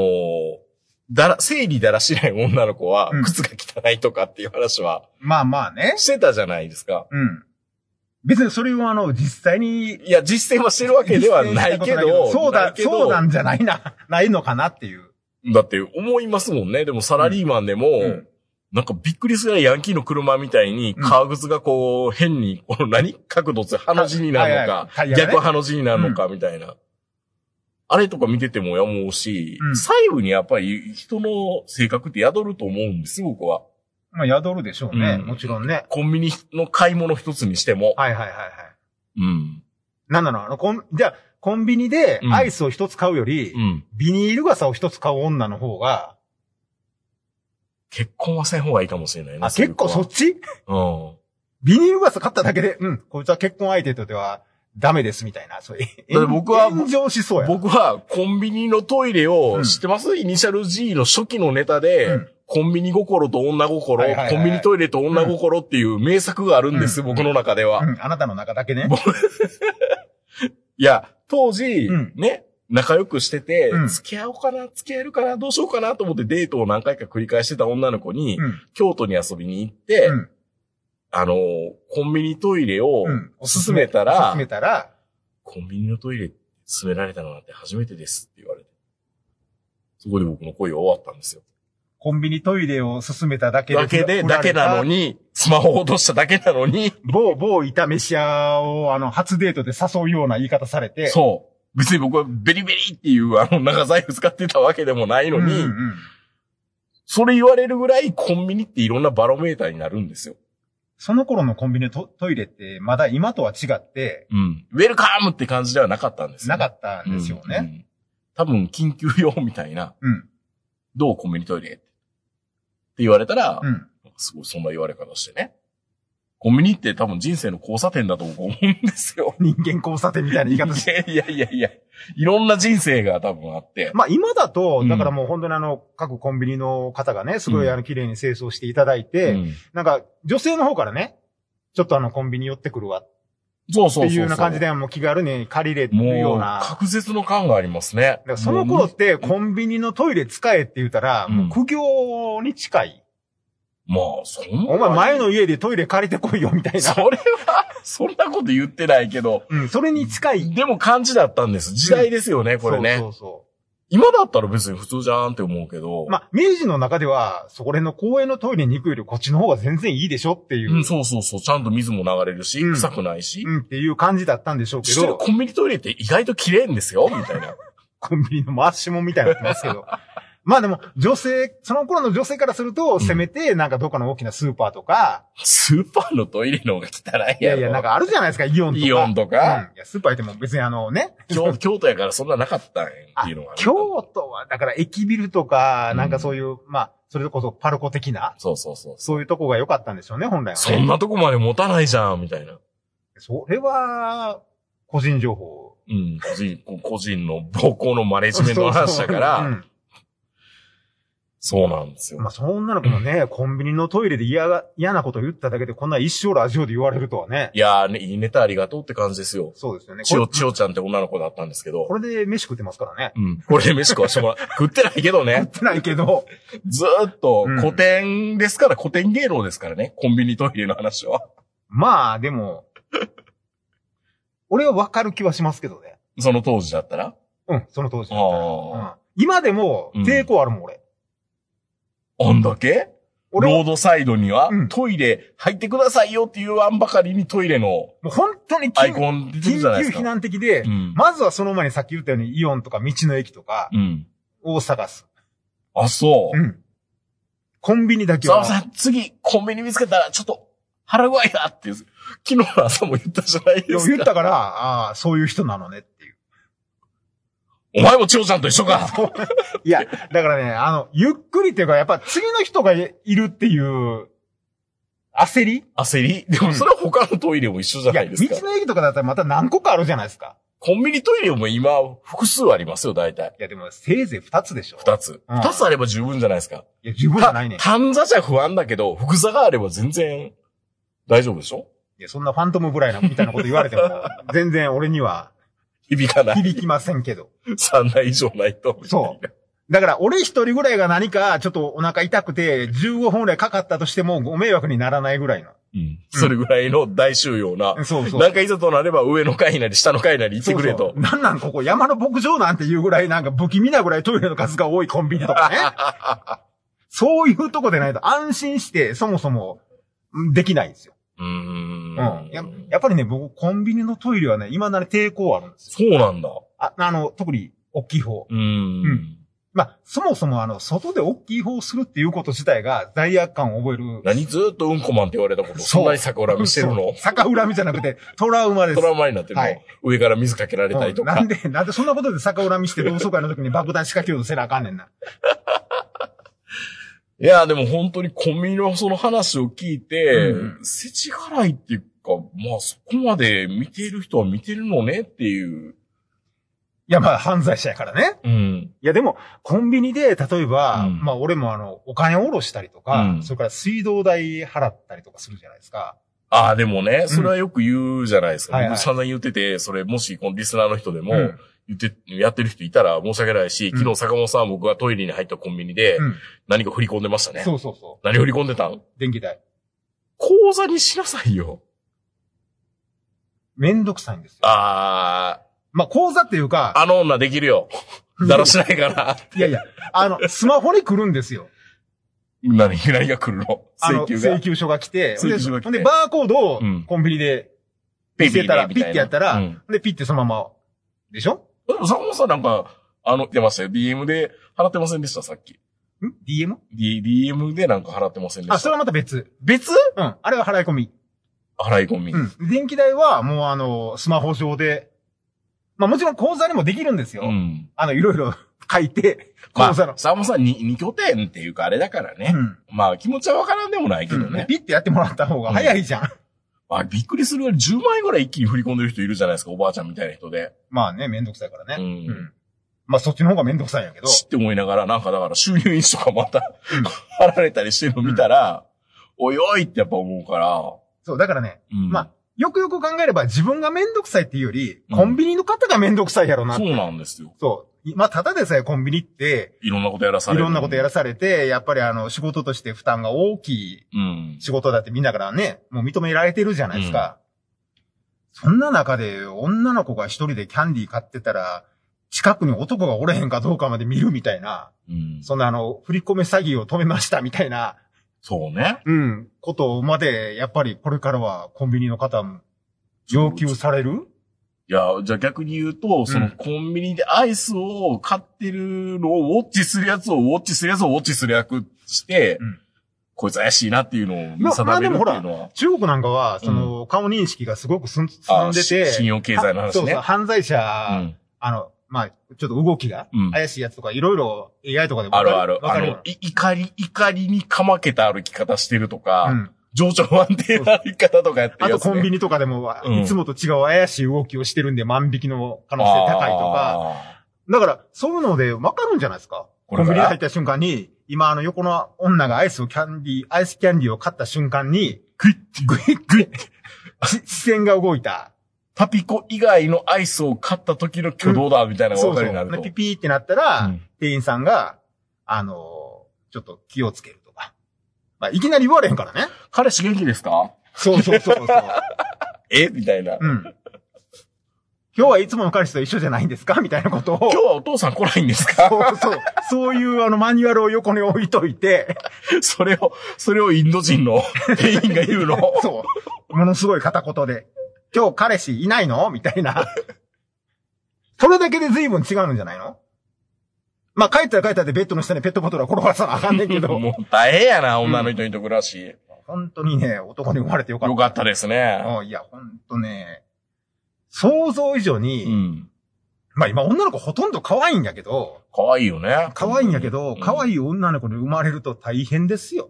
だら、生理だらしない女の子はうん、靴が汚いとかっていう話はまあまあね。してたじゃないですか。うん。別にそれはあの、実際に。いや、実践はしてるわけではないけど、 そうなだい、けどそうなんじゃないな、 ないのかなっていう。だって思いますもんね。でもサラリーマンでも、うんなんかびっくりするぐらいヤンキーの車みたいに、うん革靴がこう、変に、この何角度つ、ハの字になるのか、はいはいはいタイヤね逆ハの字になるのか、みたいな。あれとか見ててもやもうし、うん細部にやっぱり人の性格って宿ると思うんです、僕は。まあ、宿るでしょうね。うんもちろんね。コンビニの買い物一つにしても。はいはいはいはい。うん。なんなのあの、コン、じゃあ、コンビニでうんアイスを一つ買うより、うん。ビニール傘を一つ買う女の方が、結婚はせん方がいいかもしれないね。あ、結構そっうちうん。ビニール傘買っただけで、うん、こいつは結婚相手とではダメですみたいな、そういう。だって僕は炎上しそうやな。僕はコンビニのトイレうをん知ってます、イニシャル G の初期のネタで、うんコンビニ心と女心、はいはいはいコンビニトイレと女心っていう名作があるんです、うん僕の中では。うん、あなたの中だけね。いや、当時、うんね、仲良くしてて、うん付き合おうかな、付き合えるかな、どうしようかなと思ってデートを何回か繰り返してた女の子に、うん。京都に遊びに行って、うんあのー、コンビニトイレをうん。おすす勧めめたら、勧めたら、コンビニのトイレ勧められたのなんて初めてですって言われて。そこで僕の恋は終わったんですよ。コンビニトイレを勧めただけだけで、だけなの。に、スマホを落としただけなのに、某、某いた飯屋を、あの、初デートで誘うような言い方されて。そう。別に僕はベリベリっていうあの長財布使ってたわけでもないのうんうに、んうん。それ言われるぐらいコンビニっていろんなバロメーターになるんですよ。その頃のコンビニトトイレって、まだ今とは違って、うん。ウェルカムって感じではなかったんですよなね、かったんですようんうね。ん多分緊急用みたいな、うん。どうコンビニトイレって言われたら、うん。すごい、そんな言われ方してね。コンビニって多分人生の交差点だと僕思うんですよ。人間交差点みたいない言いや方して。いやいやいや、いろんな人生が多分あって。まあ今だとう、んだからもう本当にあの、各コンビニの方がね、すごいあの、綺麗に清掃していただいうて、んなんか、女性の方からね、ちょっとあの、コンビニ寄ってくるわっそうそうそうそていうような感じで、もう気軽に借りれるよもうう、な。確絶の感がありますねだか。らその頃もってコンビニのトイレ使えって言ったら、うんもう苦行に近い。う、まあ、そんな。お前前の家でトイレ借りてこいよみたいそな。れは、そんなこと言ってないけど。うん、それに近い。でも感じだったんです。時代ですよね、これね。そうそう今だったら別に普通じゃんって思うけど。そう。まあ、明治の中では、そこら辺の公園のトイレに行くよりこっちの方が全然いいでしょっていう、うん、そうそうそう。ちゃんと水も流れるし、うん臭くないし。うんっていう感じだったんでしょうけしてるど、コンビニトイレって意外と綺麗んですよ、みたいな。コンビニの回しもみたいになってますけ ど。まあでも、女性、その頃の女性からすると、んせめて、なんかどっかの大きなスーパーとか、スーパーのトイレの方が汚いやろ。いやいや、なんかあるじゃないですか、イオンとか。イオンとか。うん。いや、スーパー行っても別にあのね、京京都やからそんななかったんやっていうのがある。京都は、だから駅ビルとかう、んなんかそういう、まあ、それこそパルコ的な、そうそうそう。そういうとこが良かったんでしょうね、本来は、ね。そんなとこまで持たないじゃん、みたいな。それは、個人情報。うん。個人、こ個人の暴行のマネジメントの話だかそうら、そうそうなんですうよん。まあ、。そんなの子もね、コンビニのトイレで嫌が、嫌なこと言っただけで、こんな一生ラジオで言われるとはね。いやーね、いいネタありがとうって感じですよ。そうですよね。ちお、こちおちゃんって女の子だったんですけどれこ。れで飯食ってますからね。うん。これで飯食わしてもらう。食ってないけどね。食ってないけど、ずーっとうん古典ですから、古典芸能ですからね。コンビニトイレの話は。まあ、でも、俺はわかる気はしますけどね。その当時だったら。うん、その当時だったらうあん今でも、抵抗あるもん、あ。俺。あんだけ俺はロードサイドには、うんトイレ入ってくださいよっていうあんばかりにトイレのもう本当に緊アイコン出てるじゃないで緊す急か。避難的で、うん。まずはその前にさっき言ったようにイオンとか道の駅とかうん。を探す。あ、そう。うん。コンビニだけ沢は。田さん、次、コンビニ見つけたら、ちょっと、腹具合だって、昨日の朝も言ったじゃないですか。言ったから、ああ、そういう人なのねっていう。お前も千代ちゃんと一緒か。いや、だからね、あの、ゆっくりっていうか、やっぱ次の人がいるっていう、焦り焦りでもそれは他のトイレも一緒じゃいなや、い道ですか。の駅とかだったらまた何個かあるじゃないですか。コンビニトイレも今、複数ありますよ、大体。いや、でも、せいぜい二つでしょ。二つ。うん二つあれば十分じゃないですか。いや、十分じゃないねん。い単座じゃ不安だけど、複座があれば全然大丈夫でしょや、そんなファントムぐらいな、みたいなこと言われても、全然俺には響かない。響きませんけど。 3台以上ないと。そう。だから、俺一人ぐらいが何か、ちょっとお腹痛くて、15分ぐらいかかったとしても、ご迷惑にならないぐらいの。うん。それぐらいの大収容な。そうそう。なんかいざとなれば上の階なり下の階なり行ってくれと。そうそうなんなんここ山の牧場なんていうぐらいなんか不気味なぐらいトイレの数が多いコンビニとかね。 そういうとこでないと安心してそもそもうんできないんですよ。うーうんん。ややっぱりね、僕コンビニのトイレはね、未だに抵抗あるんですよ。そうなんだ。ああの、特に大きい方。うー。うんまあ、そもそもあの、外で大きい方をするっていうこと自体が罪悪感を覚える。何ずっとうんこマンって言われたこと、そうそんなに逆恨みしてるのそう逆恨みじゃなくて、トラウマです。トラウマになってるの、はい上から水かけられたりうとんなかん。で、なんでそんなことで逆恨みして同窓会の時に爆弾仕掛けようとせなあかんねんな。いや、でも本当にコンビニのその話を聞いて、う世知辛いっていうか、まあそこまで見てる人は見てるのねっていう。いや、まあ、犯罪者やからね。うん。いや、でも、コンビニで、例えば、うんまあ、俺もあの、お金を下ろしたりとか、うんそれから水道代払ったりとかするじゃないですか。ああ、でもね、それはよく言うじゃないですか。はい僕はい散々言ってて、それもしこのリスナーの人でも、うん言って、やってる人いたら申し訳ないし、うん昨日坂本さんは僕がトイレに入ったコンビニでうん。何か振り込んでましたね。そうそうそ何振り込んでたんう。電気代。口座にしなさいよ。めんどくさいんですよ。あまあ、口座っていうあ、か、あの女できるよ。だらしないから。いやいや、あの、スマホに来るんですよ。何、何が来るのあの請求が請。求書が来て、請求書が来てほんで、ほんでバーコードをうんコンビニでピ見ッピせッたら、でみピたいなッてやったら、うほんんで、ピッてそのまま、でしょでも坂本さんなんか、あの、出ましたよ。DM で払ってませんでした、さっき。ん ?DM? D、DM でなんか払ってませんであ、しそれた。はまた別。別うん。あれは払い込み。払い込み。うん。電気代はもうあの、スマホ上で、まあもちろん口座にもできるんですよ。うん。あの、いろいろ 書いて、ま口あ、座の。坂本さんに二拠点っていうかあれだからね。うんまあ気持ちはわからんでもないけどうんね。ピッてやってもらった方が早いじゃん。まあびっくりするぐらい10万円ぐらい一気に振り込んでる人いるじゃないですか、おばあちゃんみたいな人で。まあね、めんどくさいからうね。ん。まあそっちの方がめんどくさいんやけど。知って思いながら、なんかだから収入印とかまた 払われたりしてるの見たら、おいおいってやっぱ思うから。そう、だからね、うんまよくよく考えれば自分がめんどくさいっていうより、うんコンビニの方がめんどくさいやろな。そうなんですよ。そう。まあただでさえコンビニって、いろんなことやらさいれる。ろんなことやらされて、やっぱりあの、仕事として負担が大きいうん。仕事だってみんなからね、もう認められてるじゃないですか。そんな中で女の子が一人でキャンディー買ってたら、近くに男がおれへんかどうかまで見るみたいな、うん。そんなあの、振り込め詐欺を止めましたみたいな、そうね。うん、ことまで、やっぱりこれからはコンビニの方も要求されるいや、じゃあ逆に言うと、そうのんコンビニでアイスを買ってるのをウォッチするやつをウォッチするやつをウォッチする役して、うんこいつ怪しいなっていうのを見定めるっていうまあまあでのは。中国なんかは、その、顔認識がすごくすん、進あんでて、し信用経済の話ねはそうそう、犯罪者、うんあの、まあ、ちょっと動きがうん、怪しいやつとか、いろいろ AI とかであわかるある。わあかるの、い怒り、怒りにかまけた歩き方してるとか、うん。情緒不安定な歩き方とかやってあるやとつ、ね。コンビニニとかでもわ、うんいつもと違う怪しい動きをしてるんで万引きの可能性高いとか。。だから、そういうのでわかるんじゃないですか。こコれンからビニ入った瞬間に、今あの横の女がアイスをキャンディー、アイスキャンディーを買った瞬 間に、グイッグイッグイッし視線が動いた。パピコ以外のアイスを買った時の挙動だ、みたいなのがそ分うかそりになう。ると。でピピーってなったら、うん店員さんが、あのーちょっと気をつけるとか。まあ、いきなり言われへんからね。彼氏元気ですかそうそうそうそう。えみたいな。 うん。今日はいつもの彼氏と一緒じゃないんですかみたいなこと を。今日はお父さん来ないんですかそうそう。そういうあのマニュアルを横に置いといて、それを、それをインド人 の店員が言うの。そう。ものすごい片言で、今日彼氏いないのみたいな。それだけで随分違うんじゃないのまあ、帰ったら帰ったでベッドの下にペットボトルは転がさなあかんねんけ ど、もう大変やな、女の人にと暮らし。本当にね、男に生まれてよかった。よかったですね。うんいや、本当ね、想像以上に、うん。まあ今女の子ほとんど可愛いんやけど、可愛いよね。可愛いんやけど、可い。愛い女の子に生まれると大変ですよ。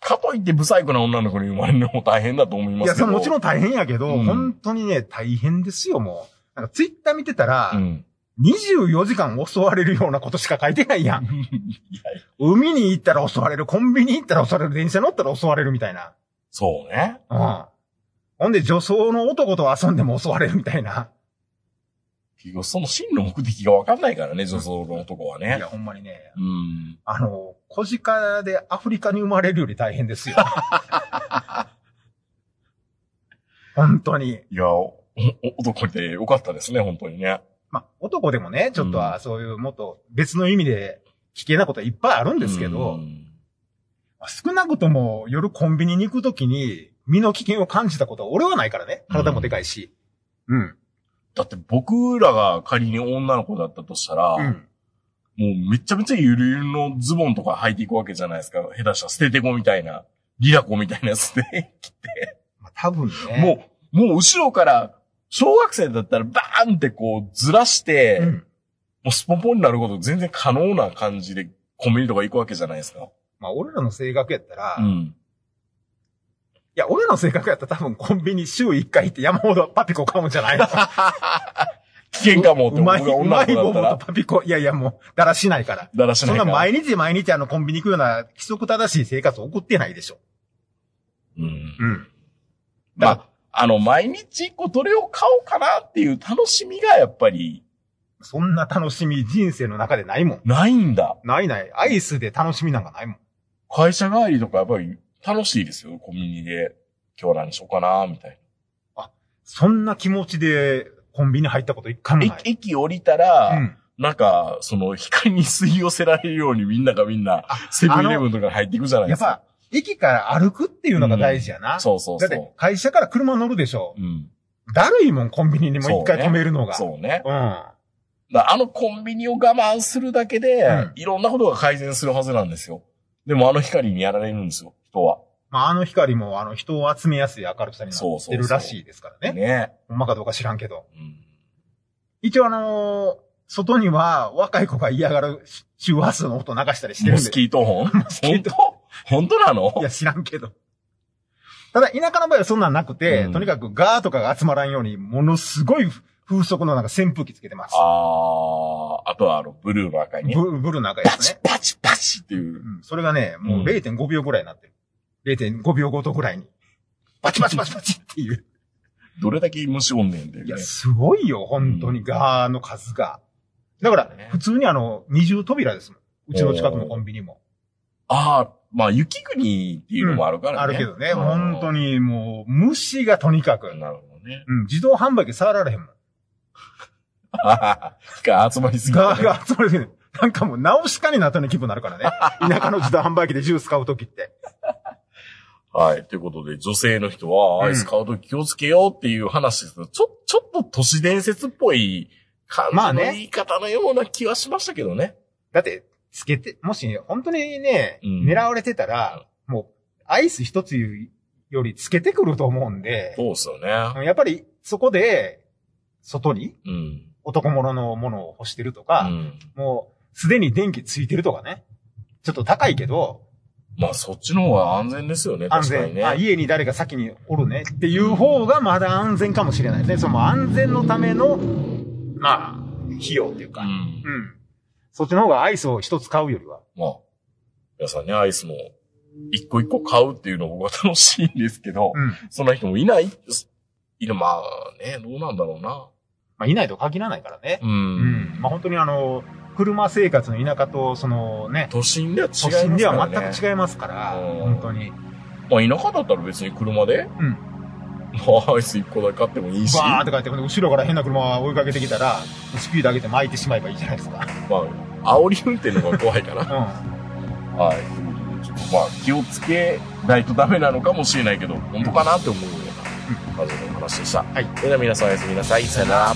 かといって不細工な女の子に生まれるのも大変だと思いまいすや、けそど。れもちろん大変やけど、うん本当にね、大変ですよ、もう。なんかツイッター見てたら、うん。 24時間襲われるようなことしか書いてない やん。海に行ったら襲われる、コンビニ行ったら襲われる、電車乗ったら襲われるみたいな。そうね。うん。ほんで、女装の男と遊んでも襲われるみたいな。結局その真の目的がわかんないからね、女装の男はいねや、。ほんまにね、うん。あの、小鹿でアフリカに生まれるより大変で すよ。本当に。いや、おお男でよかったですね、本当にね。まあ、男でもね、ちょっとうはそういうもっと別の意味で危険なことはいっぱいあるんですけど、うんまあ少なくとも夜コンビニに行くときに身の危険を感じたことは俺はないからね。体もでかいし。うん。だって僕らが仮に女の子だったとしたら、うん。もうめちゃめちゃゆるゆるのズボンとか履いていくわけじゃないですか。下手したら捨ててこみたいな、リラコみたいなやつ で。まあ、多分ね。もう、もう後ろから、小学生だったらバーンってこうずらして、うもん。うスポポンになること全然可能な感じでコンビニとか行くわけじゃないですか。まあ、俺らの性格やったら、ういん。や、俺らの性格やったら多分コンビニ週1回行って山ほどパピコ買うんじ ゃないの危険かもってうまい、僕がう女まのい子だボったボとら、パピコ。いやいや、もう、だらしないから。だらしそなんいなから。毎日毎日あのコンビニ行くような規則正しい生活を送ってないでしょ。うん。うん。まあ、あの、毎日一個どれを買おうかなっていう楽しみがやっぱりそんな楽しみ人生の中でないもん。ないんだ。ないない。アイスで楽しみなんかないもん。会社帰りとかやっぱり楽しいですよ。コンビニで今日何しようかなみたいそんな気持ちでコンビニ入ったこと一回もな。ない。駅駅降りたうら、ん。なんか、その光に吸い寄せられるようにみんながみんな、セブンイレブンとかに入っていくじゃないやでっすか。ぱ、駅から歩くっていうのが大事やな。そうそうそだってう。会社から車乗るでしょ。うん。だるいもん、コンビニにも一回止めるのが。うそうね。だん。からあのコンビニを我慢するだけで、うんいろんなことが改善するはずなんですよ。でもあの光にやられるんですよ、人は。まあ、あの光も、あの、人を集めやすい明るさになそうっそうそてうるらしいですからね。ね。ほんまかどうか知らんけど。うん一応あのー外には若い子が嫌がる周波数の音流したりしてるモんでス。キート ホンキー本ト当本当なのいや、知らんけど。ただ、田舎の場合はそんなんなくて、うんとにかくガーとかが集まらんように、ものすごい風速のなんか扇風機つけてます。あー、あとはあの、ブルーの赤いね。ブブルーの赤いやパつチね。パチパチっていう。うん、それがね、もううん0.5秒ぐらいになってる。0.5秒ごとぐらいに。パチパチパチパチっていう。どれだけ虫おんねんっていういねや、。すごいよ、本当にガーの数が。だからね、普通にあの、二重扉ですもん。うちの近くのコンビニも。ああ、まあ、雪国っていうのもあるからね。あるけどね、うん本当。にもう、虫がとにかく。なるほどね。 うん、自動販売機触られへんもん。が集まりすぎてねガーが集まるけどなんかもう、ナウシカになったような気分にな るからね。田舎の自動販売機でジュース買うときって。はい。ということで、女性の人はアイス買うと気をつけようっていう話ですけど、ちょ、ちょっと都市伝説っぽい感まあじのね言い方のような気はしましたけどね。だって、つけて、もし、本当にね、うん狙われてたら、もう、アイス一つよりつけてくると思うんで、そうですよね。やっぱり、そこで、外にうん。男物のものを干してるとうか、ん。もう、すでに電気ついてるとかね。ちょっと高いけど、まあ、そっちの方が安全ですよね。安確かに全、ね。あ。家に誰か先におるねっていう方がまだ安全かもしれないですね。その安全のための、まあ、費用っていうか。ううん。ん。そっちの方がアイスを一つ買うよりは。まあ、皆さんね、アイスも一個一個買うっていうの僕は楽しいんですけど、うん。そんな人もいない、いる、まあね、どうなんだろうな。まあ、いないと限らないからね。うん。うん。まあ、本当にあの、車生活の田舎と、そのね、都心では違います都からね。心では全く違いますから、うん本当に。まあ、田舎だったら別に車で、んまあ、アイス一個だけ買ってもいいし、バーっまて帰って、後ろから変な車が追いかけてきたら、スピード上げて巻いてしまえばいいじゃないですか。あ、煽り運転の方が怖いかな。うん。はい。ちょっとまあ、気をつけないとダメなのかもしれないけど、本当かなって思うような感じのお話でした。はいそれでは皆さんおやすみなさい。さよなら。